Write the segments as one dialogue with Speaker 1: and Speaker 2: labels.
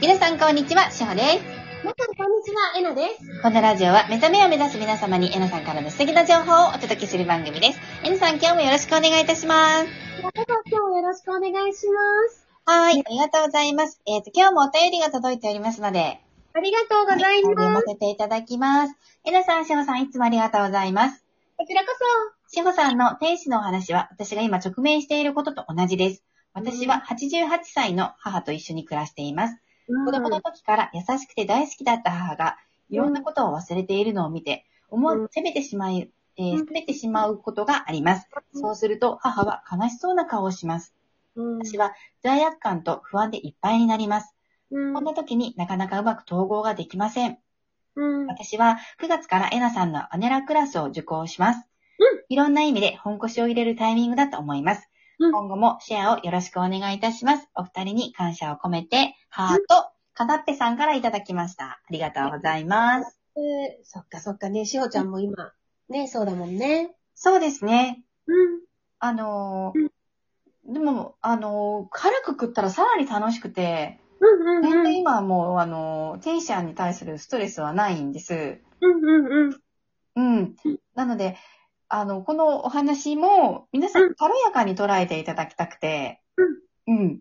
Speaker 1: 皆さんこんにちは、しほです。
Speaker 2: 皆さん、こんにちは。えなです。
Speaker 1: このラジオは目覚めを目指す皆様にえなさんからの素敵な情報をお届けする番組です。えなさん今日もよろしくお願いいたします。
Speaker 2: また今日もよろしくお願いします。
Speaker 1: はい、ありがとうございます。えっ、と、今日もお便りが届いておりますので、
Speaker 2: ありがとうござい
Speaker 1: 読
Speaker 2: ま。
Speaker 1: ますせていただきます。えなさん、しほさん、いつもありがとうございます。
Speaker 2: こちらこ
Speaker 1: しほさんの天使のお話は私が今直面していることと同じです。私は88歳の母と一緒に暮らしています。
Speaker 2: そ。
Speaker 1: 子供の時から優しくて大好きだった母が、いろんなことを忘れているのを見て、思わず責めてしまい、えー
Speaker 2: うん
Speaker 1: 責めてしまうことがあります。そうすると母は悲しそうな顔をします。
Speaker 2: うん。
Speaker 1: 私は罪悪感と不安でいっぱいになります。
Speaker 2: うん。
Speaker 1: こんな時になかなかうまく統合ができません。
Speaker 2: うん。
Speaker 1: 私は9月からエナさんのアネラクラスを受講します。
Speaker 2: うん
Speaker 1: いろんな意味で本腰を入れるタイミングだと思います。
Speaker 2: うん
Speaker 1: 今後もシェアをよろしくお願いいたします。お二人に感謝を込めて、ハート、かなっぺさんからいただきました。ありがとうございます。
Speaker 2: えーそっかそっかね、しおちゃんも今、ね、そうだもんね。
Speaker 1: そうですね。
Speaker 2: うん。
Speaker 1: あのーでも、あのー軽く食ったらさらに楽しくて、
Speaker 2: うん
Speaker 1: 全
Speaker 2: うん
Speaker 1: 然
Speaker 2: うん。
Speaker 1: 今はもう、あのーテンションに対するストレスはないんです。
Speaker 2: うんうんうん。
Speaker 1: うん。なので、あの、このお話も、皆さ
Speaker 2: うんん
Speaker 1: 軽やかに捉えていただきたくて、うん。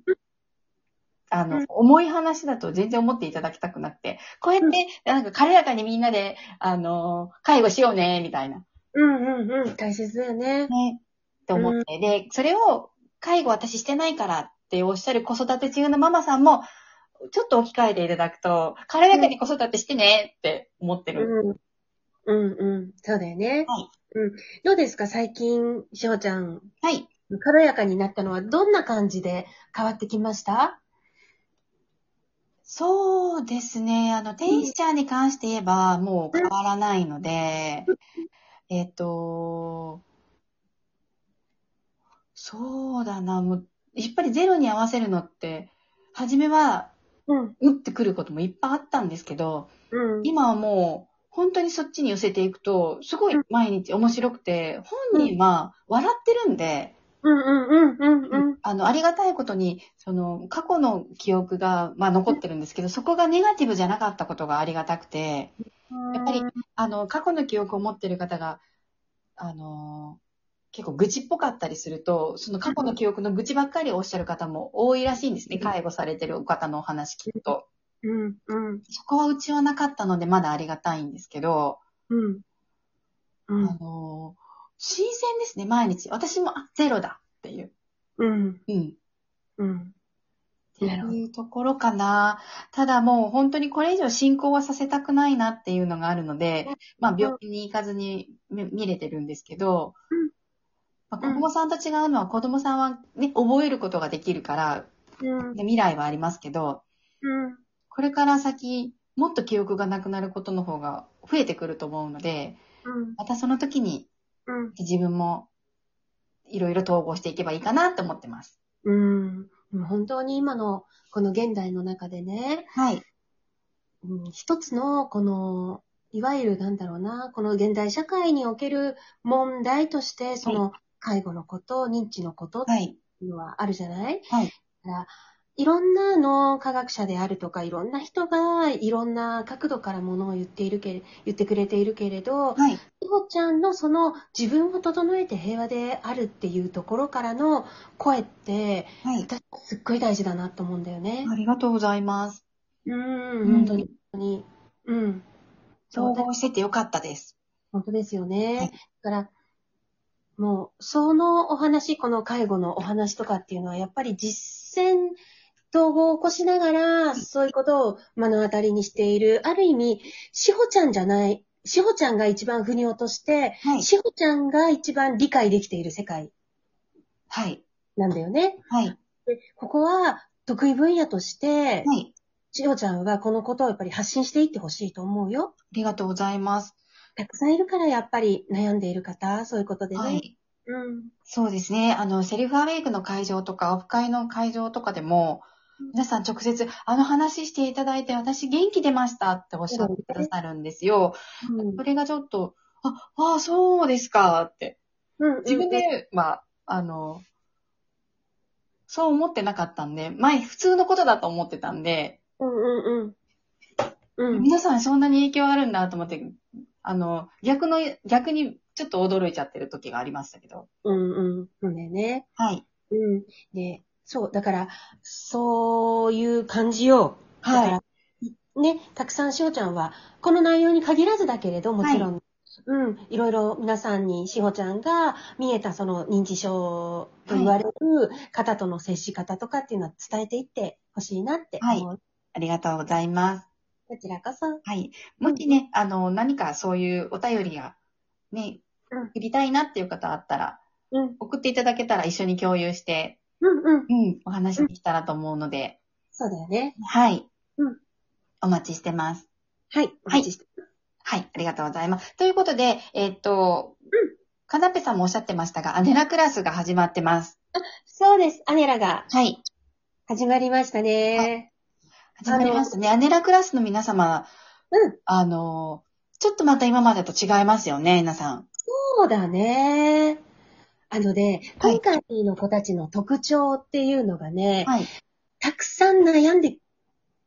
Speaker 1: あ
Speaker 2: う
Speaker 1: の
Speaker 2: ん、
Speaker 1: 重い話だと全然思っていただきたくなくて、こうやって、なんか軽やかにみんなで、あの、介護しようね、みたいな、
Speaker 2: うんうんうん。大切だよね。
Speaker 1: ね、って思って、で、それを、介護私してないからっておっしゃる子育て中のママさんも、ちょっと置き換えていただくと、軽やかに子育てしてねって思ってる。
Speaker 2: うん。うんうん。そうだよね。
Speaker 1: はい。
Speaker 2: うん。どうですか最近、しおちゃん、
Speaker 1: はい。
Speaker 2: 軽やかになったのはどんな感じで変わってきました
Speaker 1: そうですね。あの、テンシャーに関して言えば、もう変わらないので、えっと、そうだな、もう、やっぱりゼロに合わせるのって、初めは、
Speaker 2: うん。
Speaker 1: 打ってくることもいっぱいあったんですけど、
Speaker 2: うん。
Speaker 1: 今はもう、本当にそっちに寄せていくと、すごい毎日面白くて、本人は笑ってるんで、
Speaker 2: うんうんうんうんうん。
Speaker 1: あの、ありがたいことに、その、過去の記憶が、まあ、残ってるんですけど、そこがネガティブじゃなかったことがありがたくて、やっぱりあの、過去の記憶を持ってる方が、あのー結構愚痴っぽかったりすると、その過去の記憶の愚痴ばっかりおっしゃる方も多いらしいんですね。
Speaker 2: うん
Speaker 1: 介護されてるお方のお話聞くと。
Speaker 2: うんうん
Speaker 1: そこはうちはなかったので、まだありがたいんですけど、
Speaker 2: うん。う
Speaker 1: あ
Speaker 2: ん。
Speaker 1: のー新鮮ですね、毎日。私も、あ、ゼロだっていう。
Speaker 2: うん。
Speaker 1: うん。
Speaker 2: うん。
Speaker 1: って
Speaker 2: なるほど
Speaker 1: いうところかな。ただもう本当にこれ以上進行はさせたくないなっていうのがあるので、まあ病院に行かずにみ見れてるんですけど
Speaker 2: うん、
Speaker 1: まあ、
Speaker 2: うん
Speaker 1: 子供さんと違うのは子供さんはね、覚えることができるから、
Speaker 2: うん。
Speaker 1: で未来はありますけど、
Speaker 2: うん。
Speaker 1: これから先、もっと記憶がなくなることの方が増えてくると思うので、
Speaker 2: うん。
Speaker 1: またその時に
Speaker 2: うん。
Speaker 1: 自分もいろいろ統合していけばいいかなって思ってます。
Speaker 2: うん。でも本当に今の、この現代の中でね、
Speaker 1: はい。
Speaker 2: うん一つの、この、いわゆるなんだろうな、この現代社会における問題として、その、介護のこと、認知のことっ
Speaker 1: はい。
Speaker 2: ていうのはあるじゃない
Speaker 1: はい。
Speaker 2: だからいろんな脳科学者であるとか、いろんな人が、いろんな角度からものを言っているけれ、言ってくれているけれど、
Speaker 1: はい。
Speaker 2: りほちゃんのその自分を整えて平和であるっていうところからの声って、
Speaker 1: はい。
Speaker 2: 私はすっごい大事だなと思うんだよね。
Speaker 1: ありがとうございます。
Speaker 2: うん、
Speaker 1: うん
Speaker 2: 本当に、本当に。うん。そ
Speaker 1: 統
Speaker 2: うだ
Speaker 1: 合しててよかったです。
Speaker 2: 本当ですよね。
Speaker 1: はい
Speaker 2: だから、もう、そのお話、この介護のお話とかっていうのは、やっぱり実践、統合を起こしながら、そういうことを目の当たりにしている。ある意味、しほちゃんじゃない、しほちゃんが一番腑に落として、
Speaker 1: はい。
Speaker 2: しほちゃんが一番理解できている世界
Speaker 1: はい。
Speaker 2: なんだよね。
Speaker 1: はい。
Speaker 2: でここは得意分野として、
Speaker 1: はい。
Speaker 2: しほちゃんはこのことをやっぱり発信していってほしいと思うよ。
Speaker 1: ありがとうございます。
Speaker 2: たくさんいるからやっぱり悩んでいる方、そういうことでね。
Speaker 1: はい。
Speaker 2: うん。
Speaker 1: そうですね。あの、セルフアウェイクの会場とか、オフ会の会場とかでも
Speaker 2: うん、
Speaker 1: 皆さん直接、あの話していただいて、私元気出ましたっておっしゃってくださるんですよ。
Speaker 2: うん
Speaker 1: それがちょっと、あ、ああ、そうですかって。
Speaker 2: うん
Speaker 1: 自分、で、まあ、あの、そう思ってなかったんで、前普通のことだと思ってたんで、
Speaker 2: うんうんうん。うん。
Speaker 1: 皆さんそんなに影響あるんだと思って、あの、逆の、逆にちょっと驚いちゃってる時がありましたけど。
Speaker 2: うんうん。なんだよね。
Speaker 1: はい。
Speaker 2: うん。で、そう、だから、そういう感じを、だから、ね、たくさんしおちゃんは、この内容に限らずだけれど、もちろん、うん、いろいろ皆さんにしほちゃんが見えたその認知症と言われる方との接し方とかっていうのは伝えていってほしいなって思う。
Speaker 1: ありがとうございます。
Speaker 2: こちらこそ。
Speaker 1: はい。もしね、あの、何かそういうお便りが、ね
Speaker 2: うん、
Speaker 1: 送りたいなっていう方あったら、
Speaker 2: うん。
Speaker 1: 送っていただけたら一緒に共有して、
Speaker 2: うんうん。
Speaker 1: うん、お話できたらと思うので、
Speaker 2: そうだよね。
Speaker 1: はい。
Speaker 2: うん
Speaker 1: お待ちしてます。
Speaker 2: はい。お待ちして。
Speaker 1: はい、ありがとうございます。ということで、えっと、かなぺさんもおっしゃってましたが、アネラクラスが始まってます。
Speaker 2: そうです。アネラが
Speaker 1: はい。
Speaker 2: 始まりましたね。
Speaker 1: 始まりましたね。アネラクラスの皆様、
Speaker 2: うん。
Speaker 1: あの、ちょっとまた今までと違いますよね、皆さん。
Speaker 2: そうだね。あのね、
Speaker 1: はい
Speaker 2: 今回の子たちの特徴っていうのがね、
Speaker 1: はい。
Speaker 2: たくさん悩んで、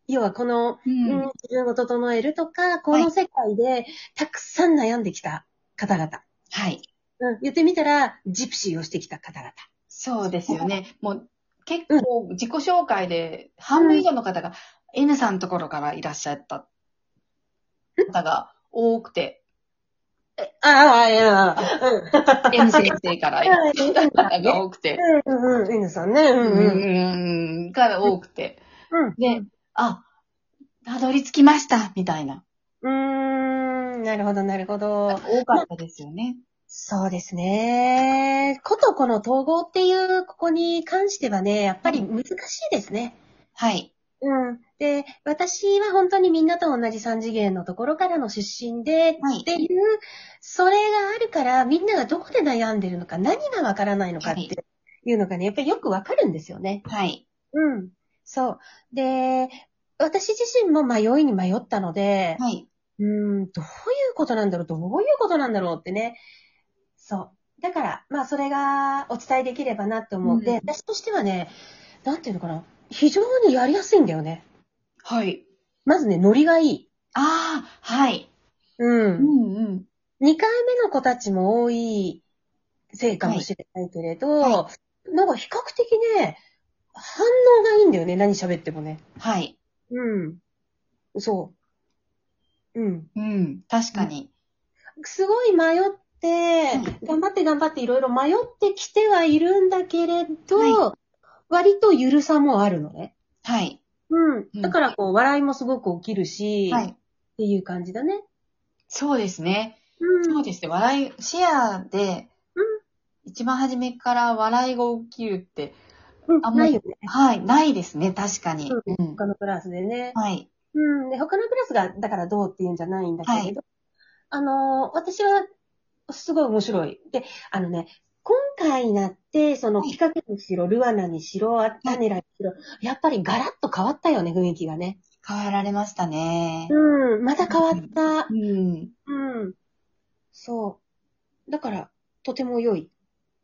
Speaker 2: 要はこの、
Speaker 1: う
Speaker 2: うん、自分を整えるとか、この世界でたくさん悩んできた方々。
Speaker 1: はい。
Speaker 2: うん、言ってみたら、ジプシーをしてきた方々。
Speaker 1: そうですよね。もう、結構自己紹介で半分以上の方が、N さんのところからいらっしゃった方が多くて、
Speaker 2: ああ、いや、うん。
Speaker 1: N 先生 からいらっしゃった方が多くて、
Speaker 2: うんうん、N さんね。う
Speaker 1: うん
Speaker 2: うん。
Speaker 1: ん、が多くて。
Speaker 2: うん。
Speaker 1: で、あ、たどり着きました、みたいな。
Speaker 2: うーん、なるほど、なるほど。
Speaker 1: 多かったですよね。
Speaker 2: そうですね。ことこの統合っていう、ここに関してはね、やっぱり難しいですね。
Speaker 1: はい。
Speaker 2: うん。で、私は本当にみんなと同じ三次元のところからの出身で、
Speaker 1: はい
Speaker 2: っていう、それがあるから、みんながどこで悩んでるのか、何がわからないのかっ
Speaker 1: は
Speaker 2: て
Speaker 1: い
Speaker 2: いうのがね、やっぱりよくわかるんですよね。
Speaker 1: はい。
Speaker 2: うん。そう。で、私自身も迷いに迷ったので、
Speaker 1: はい。
Speaker 2: うーん、どういうことなんだろう、どういうことなんだろうってね。そう。だから、まあ、それがお伝えできればなって思う。
Speaker 1: うん
Speaker 2: で、私としてはね、なんていうのかな、非常にやりやすいんだよね。
Speaker 1: はい。
Speaker 2: まずね、ノリがいい。
Speaker 1: ああ、はい。
Speaker 2: う。
Speaker 1: うんんうん。
Speaker 2: 2回目の子たちも多いせいかもしれないけれど、
Speaker 1: は
Speaker 2: なんか比較的ね、反応がいいんだよね、何喋ってもね。
Speaker 1: はい。
Speaker 2: うん。そう。うん。
Speaker 1: うん。確かに。
Speaker 2: すごい迷って
Speaker 1: はい、
Speaker 2: 頑張って頑張っていろいろ迷ってきてはいるんだけれど、
Speaker 1: は
Speaker 2: 割とゆるさもあるのね。
Speaker 1: はい。
Speaker 2: うんだからこう、笑いもすごく起きるし、
Speaker 1: は
Speaker 2: っ
Speaker 1: い。
Speaker 2: ていう感じだね。
Speaker 1: そうですね。
Speaker 2: うん。
Speaker 1: そうですね。笑い、シェアで
Speaker 2: うん、
Speaker 1: 一番初めから笑いが起きるって、
Speaker 2: うん
Speaker 1: あんま
Speaker 2: ない
Speaker 1: り
Speaker 2: よね。
Speaker 1: はい。ないですね。確かに。
Speaker 2: そう
Speaker 1: うん。
Speaker 2: 他のクラスでね。
Speaker 1: はい。
Speaker 2: うん。で、他のクラスが、だからどうっていうんじゃないんだけれど、あのー私は、すごい面白い。で、あのね、今回になって、その
Speaker 1: はい
Speaker 2: 企画にしろ、ルアナにしろ、アタネラにしろ、やっぱりガラッと変わったよね、雰囲気がね。
Speaker 1: 変わられましたね。
Speaker 2: うん、また変わった
Speaker 1: う。ん。
Speaker 2: うん。そう。だから、とても良い。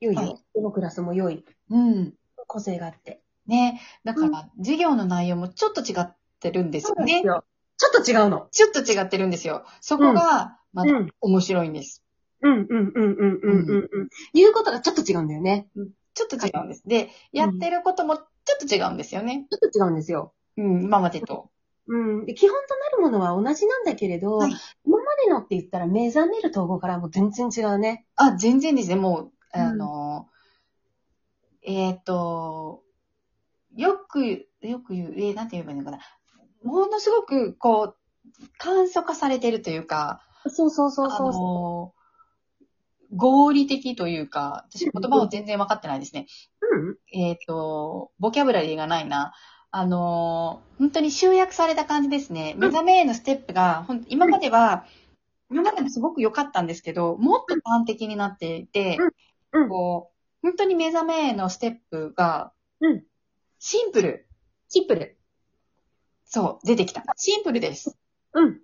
Speaker 2: 良いよ。
Speaker 1: はい
Speaker 2: どのクラスも良い。
Speaker 1: うん。
Speaker 2: 個性があって。
Speaker 1: ね。だから、授業の内容もちょっと違ってるんですよね。
Speaker 2: よ。ちょっと違うの。
Speaker 1: ちょっと違ってるんですよ。そこが、ま
Speaker 2: う
Speaker 1: た
Speaker 2: ん。
Speaker 1: 面白いんです。
Speaker 2: うん、うん、うん、うん、うん、うん。うん言うことがちょっと違うんだよね。
Speaker 1: ちょっと違うんです。で、やってることもちょっと違うんですよね。
Speaker 2: ちょっと違うんですよ。
Speaker 1: うん、今までと。
Speaker 2: うん。で、基本となるものは同じなんだけれど、
Speaker 1: はい
Speaker 2: 今までのって言ったら目覚める統合からもう全然違うね。
Speaker 1: あ、全然ですね。もう、
Speaker 2: うん
Speaker 1: あの、えっ、と、よく、よく言う、えーなんて言えばいいのかな。ものすごく、こう、簡素化されてるというか、
Speaker 2: そうそうそうそう。
Speaker 1: あの、合理的というか、私言葉を全然分かってないですね。
Speaker 2: うん。
Speaker 1: えっ、と、ボキャブラリーがないな。あのー本当に集約された感じですね。目覚めへのステップが、ほん今までは、今までもすごく良かったんですけど、もっと端的になっていて、
Speaker 2: うんうん
Speaker 1: こう、本当に目覚めへのステップが
Speaker 2: うん、
Speaker 1: シンプル。
Speaker 2: シンプル。
Speaker 1: そう、出てきた。シンプルです。
Speaker 2: うん。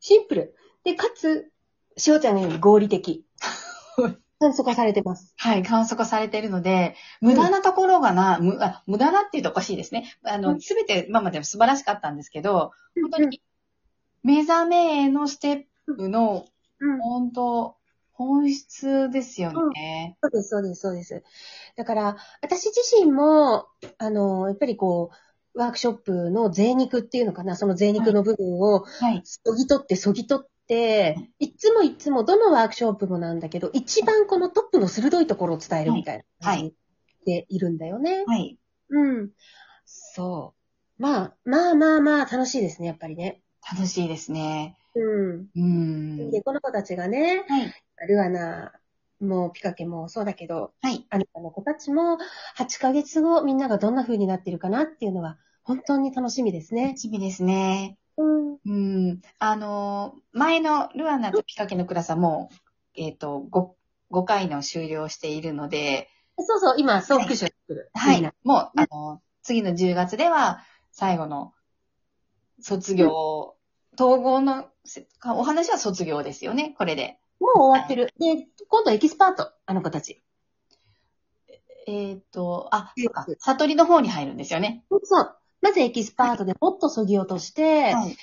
Speaker 2: シンプル。で、かつ、しおちゃんが言うように合理的。簡素化されてます。
Speaker 1: はい、簡素化されているので、無駄なところがな、むあ無駄なっていうとおかしいですね。あ
Speaker 2: う
Speaker 1: の、
Speaker 2: ん
Speaker 1: すべて今までも素晴らしかったんですけど、
Speaker 2: 本
Speaker 1: 本当に、目覚めのステップの、
Speaker 2: うん
Speaker 1: 本当、本質ですよね。
Speaker 2: そうです、そうです、そうです。だから、私自身も、あの、やっぱりこう、ワークショップの贅肉っていうのかな、その贅肉の部分を、
Speaker 1: はい。
Speaker 2: そぎ取って、そぎ取って、いつもいつもどのワークショップもなんだけど、一番このトップの鋭いところを伝えるみたいな感じでいるんだよね。
Speaker 1: はい。
Speaker 2: うん。そう。まあ、まあまあまあ、楽しいですね、やっぱりね。
Speaker 1: 楽しいですね。
Speaker 2: うん。
Speaker 1: うん。
Speaker 2: で、この子たちがね、
Speaker 1: はい。
Speaker 2: ルアナもピカケもそうだけど、
Speaker 1: はい。
Speaker 2: あなたの子たちも8ヶ月後みんながどんな風になってるかなっていうのは本当に楽しみですね
Speaker 1: 楽。しみですね。
Speaker 2: うん。
Speaker 1: うん。あの、前のルアナとピカケのクラスはもう、えっ、と、5、5回の終了しているので、
Speaker 2: そうそう、今、総復習する。
Speaker 1: は
Speaker 2: みん
Speaker 1: い
Speaker 2: な。
Speaker 1: もう、あの、次の10月では、最後の卒業、統合の、せお話は卒業ですよね、これで。
Speaker 2: もう終わってる。で、今度エキスパート、あの子たち。
Speaker 1: えっ、と、あ、
Speaker 2: うん
Speaker 1: そうか、悟りの方に入るんですよね。
Speaker 2: そうそう。まずエキスパートでもっと削ぎ落として、
Speaker 1: はい。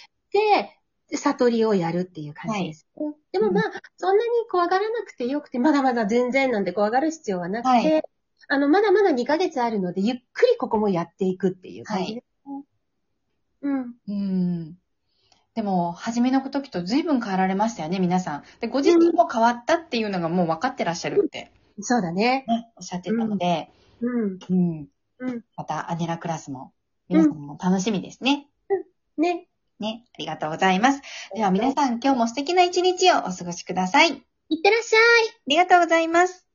Speaker 2: で、悟りをやるっていう感じです、ねでもまあ、そんなに怖がらなくてよくて、まだまだ全然なんで怖がる必要はなくて、
Speaker 1: は
Speaker 2: あの、まだまだ2ヶ月あるので、ゆっくりここもやっていくっていう感じですね。うん。
Speaker 1: うん。でも、初めの時と随分変わられましたよね、皆さん。で、ご自身も変わったっていうのがもう分かってらっしゃるって、
Speaker 2: そうだね。
Speaker 1: ね、おっしゃってたので、
Speaker 2: うん。
Speaker 1: うん。
Speaker 2: うん
Speaker 1: また、アネラクラスも、皆さんも楽しみですね。
Speaker 2: ね。
Speaker 1: ね、ありがとうございます。では皆さん今日も素敵な一日をお過ごしください。あ
Speaker 2: いってらっしゃい
Speaker 1: りがとうございます。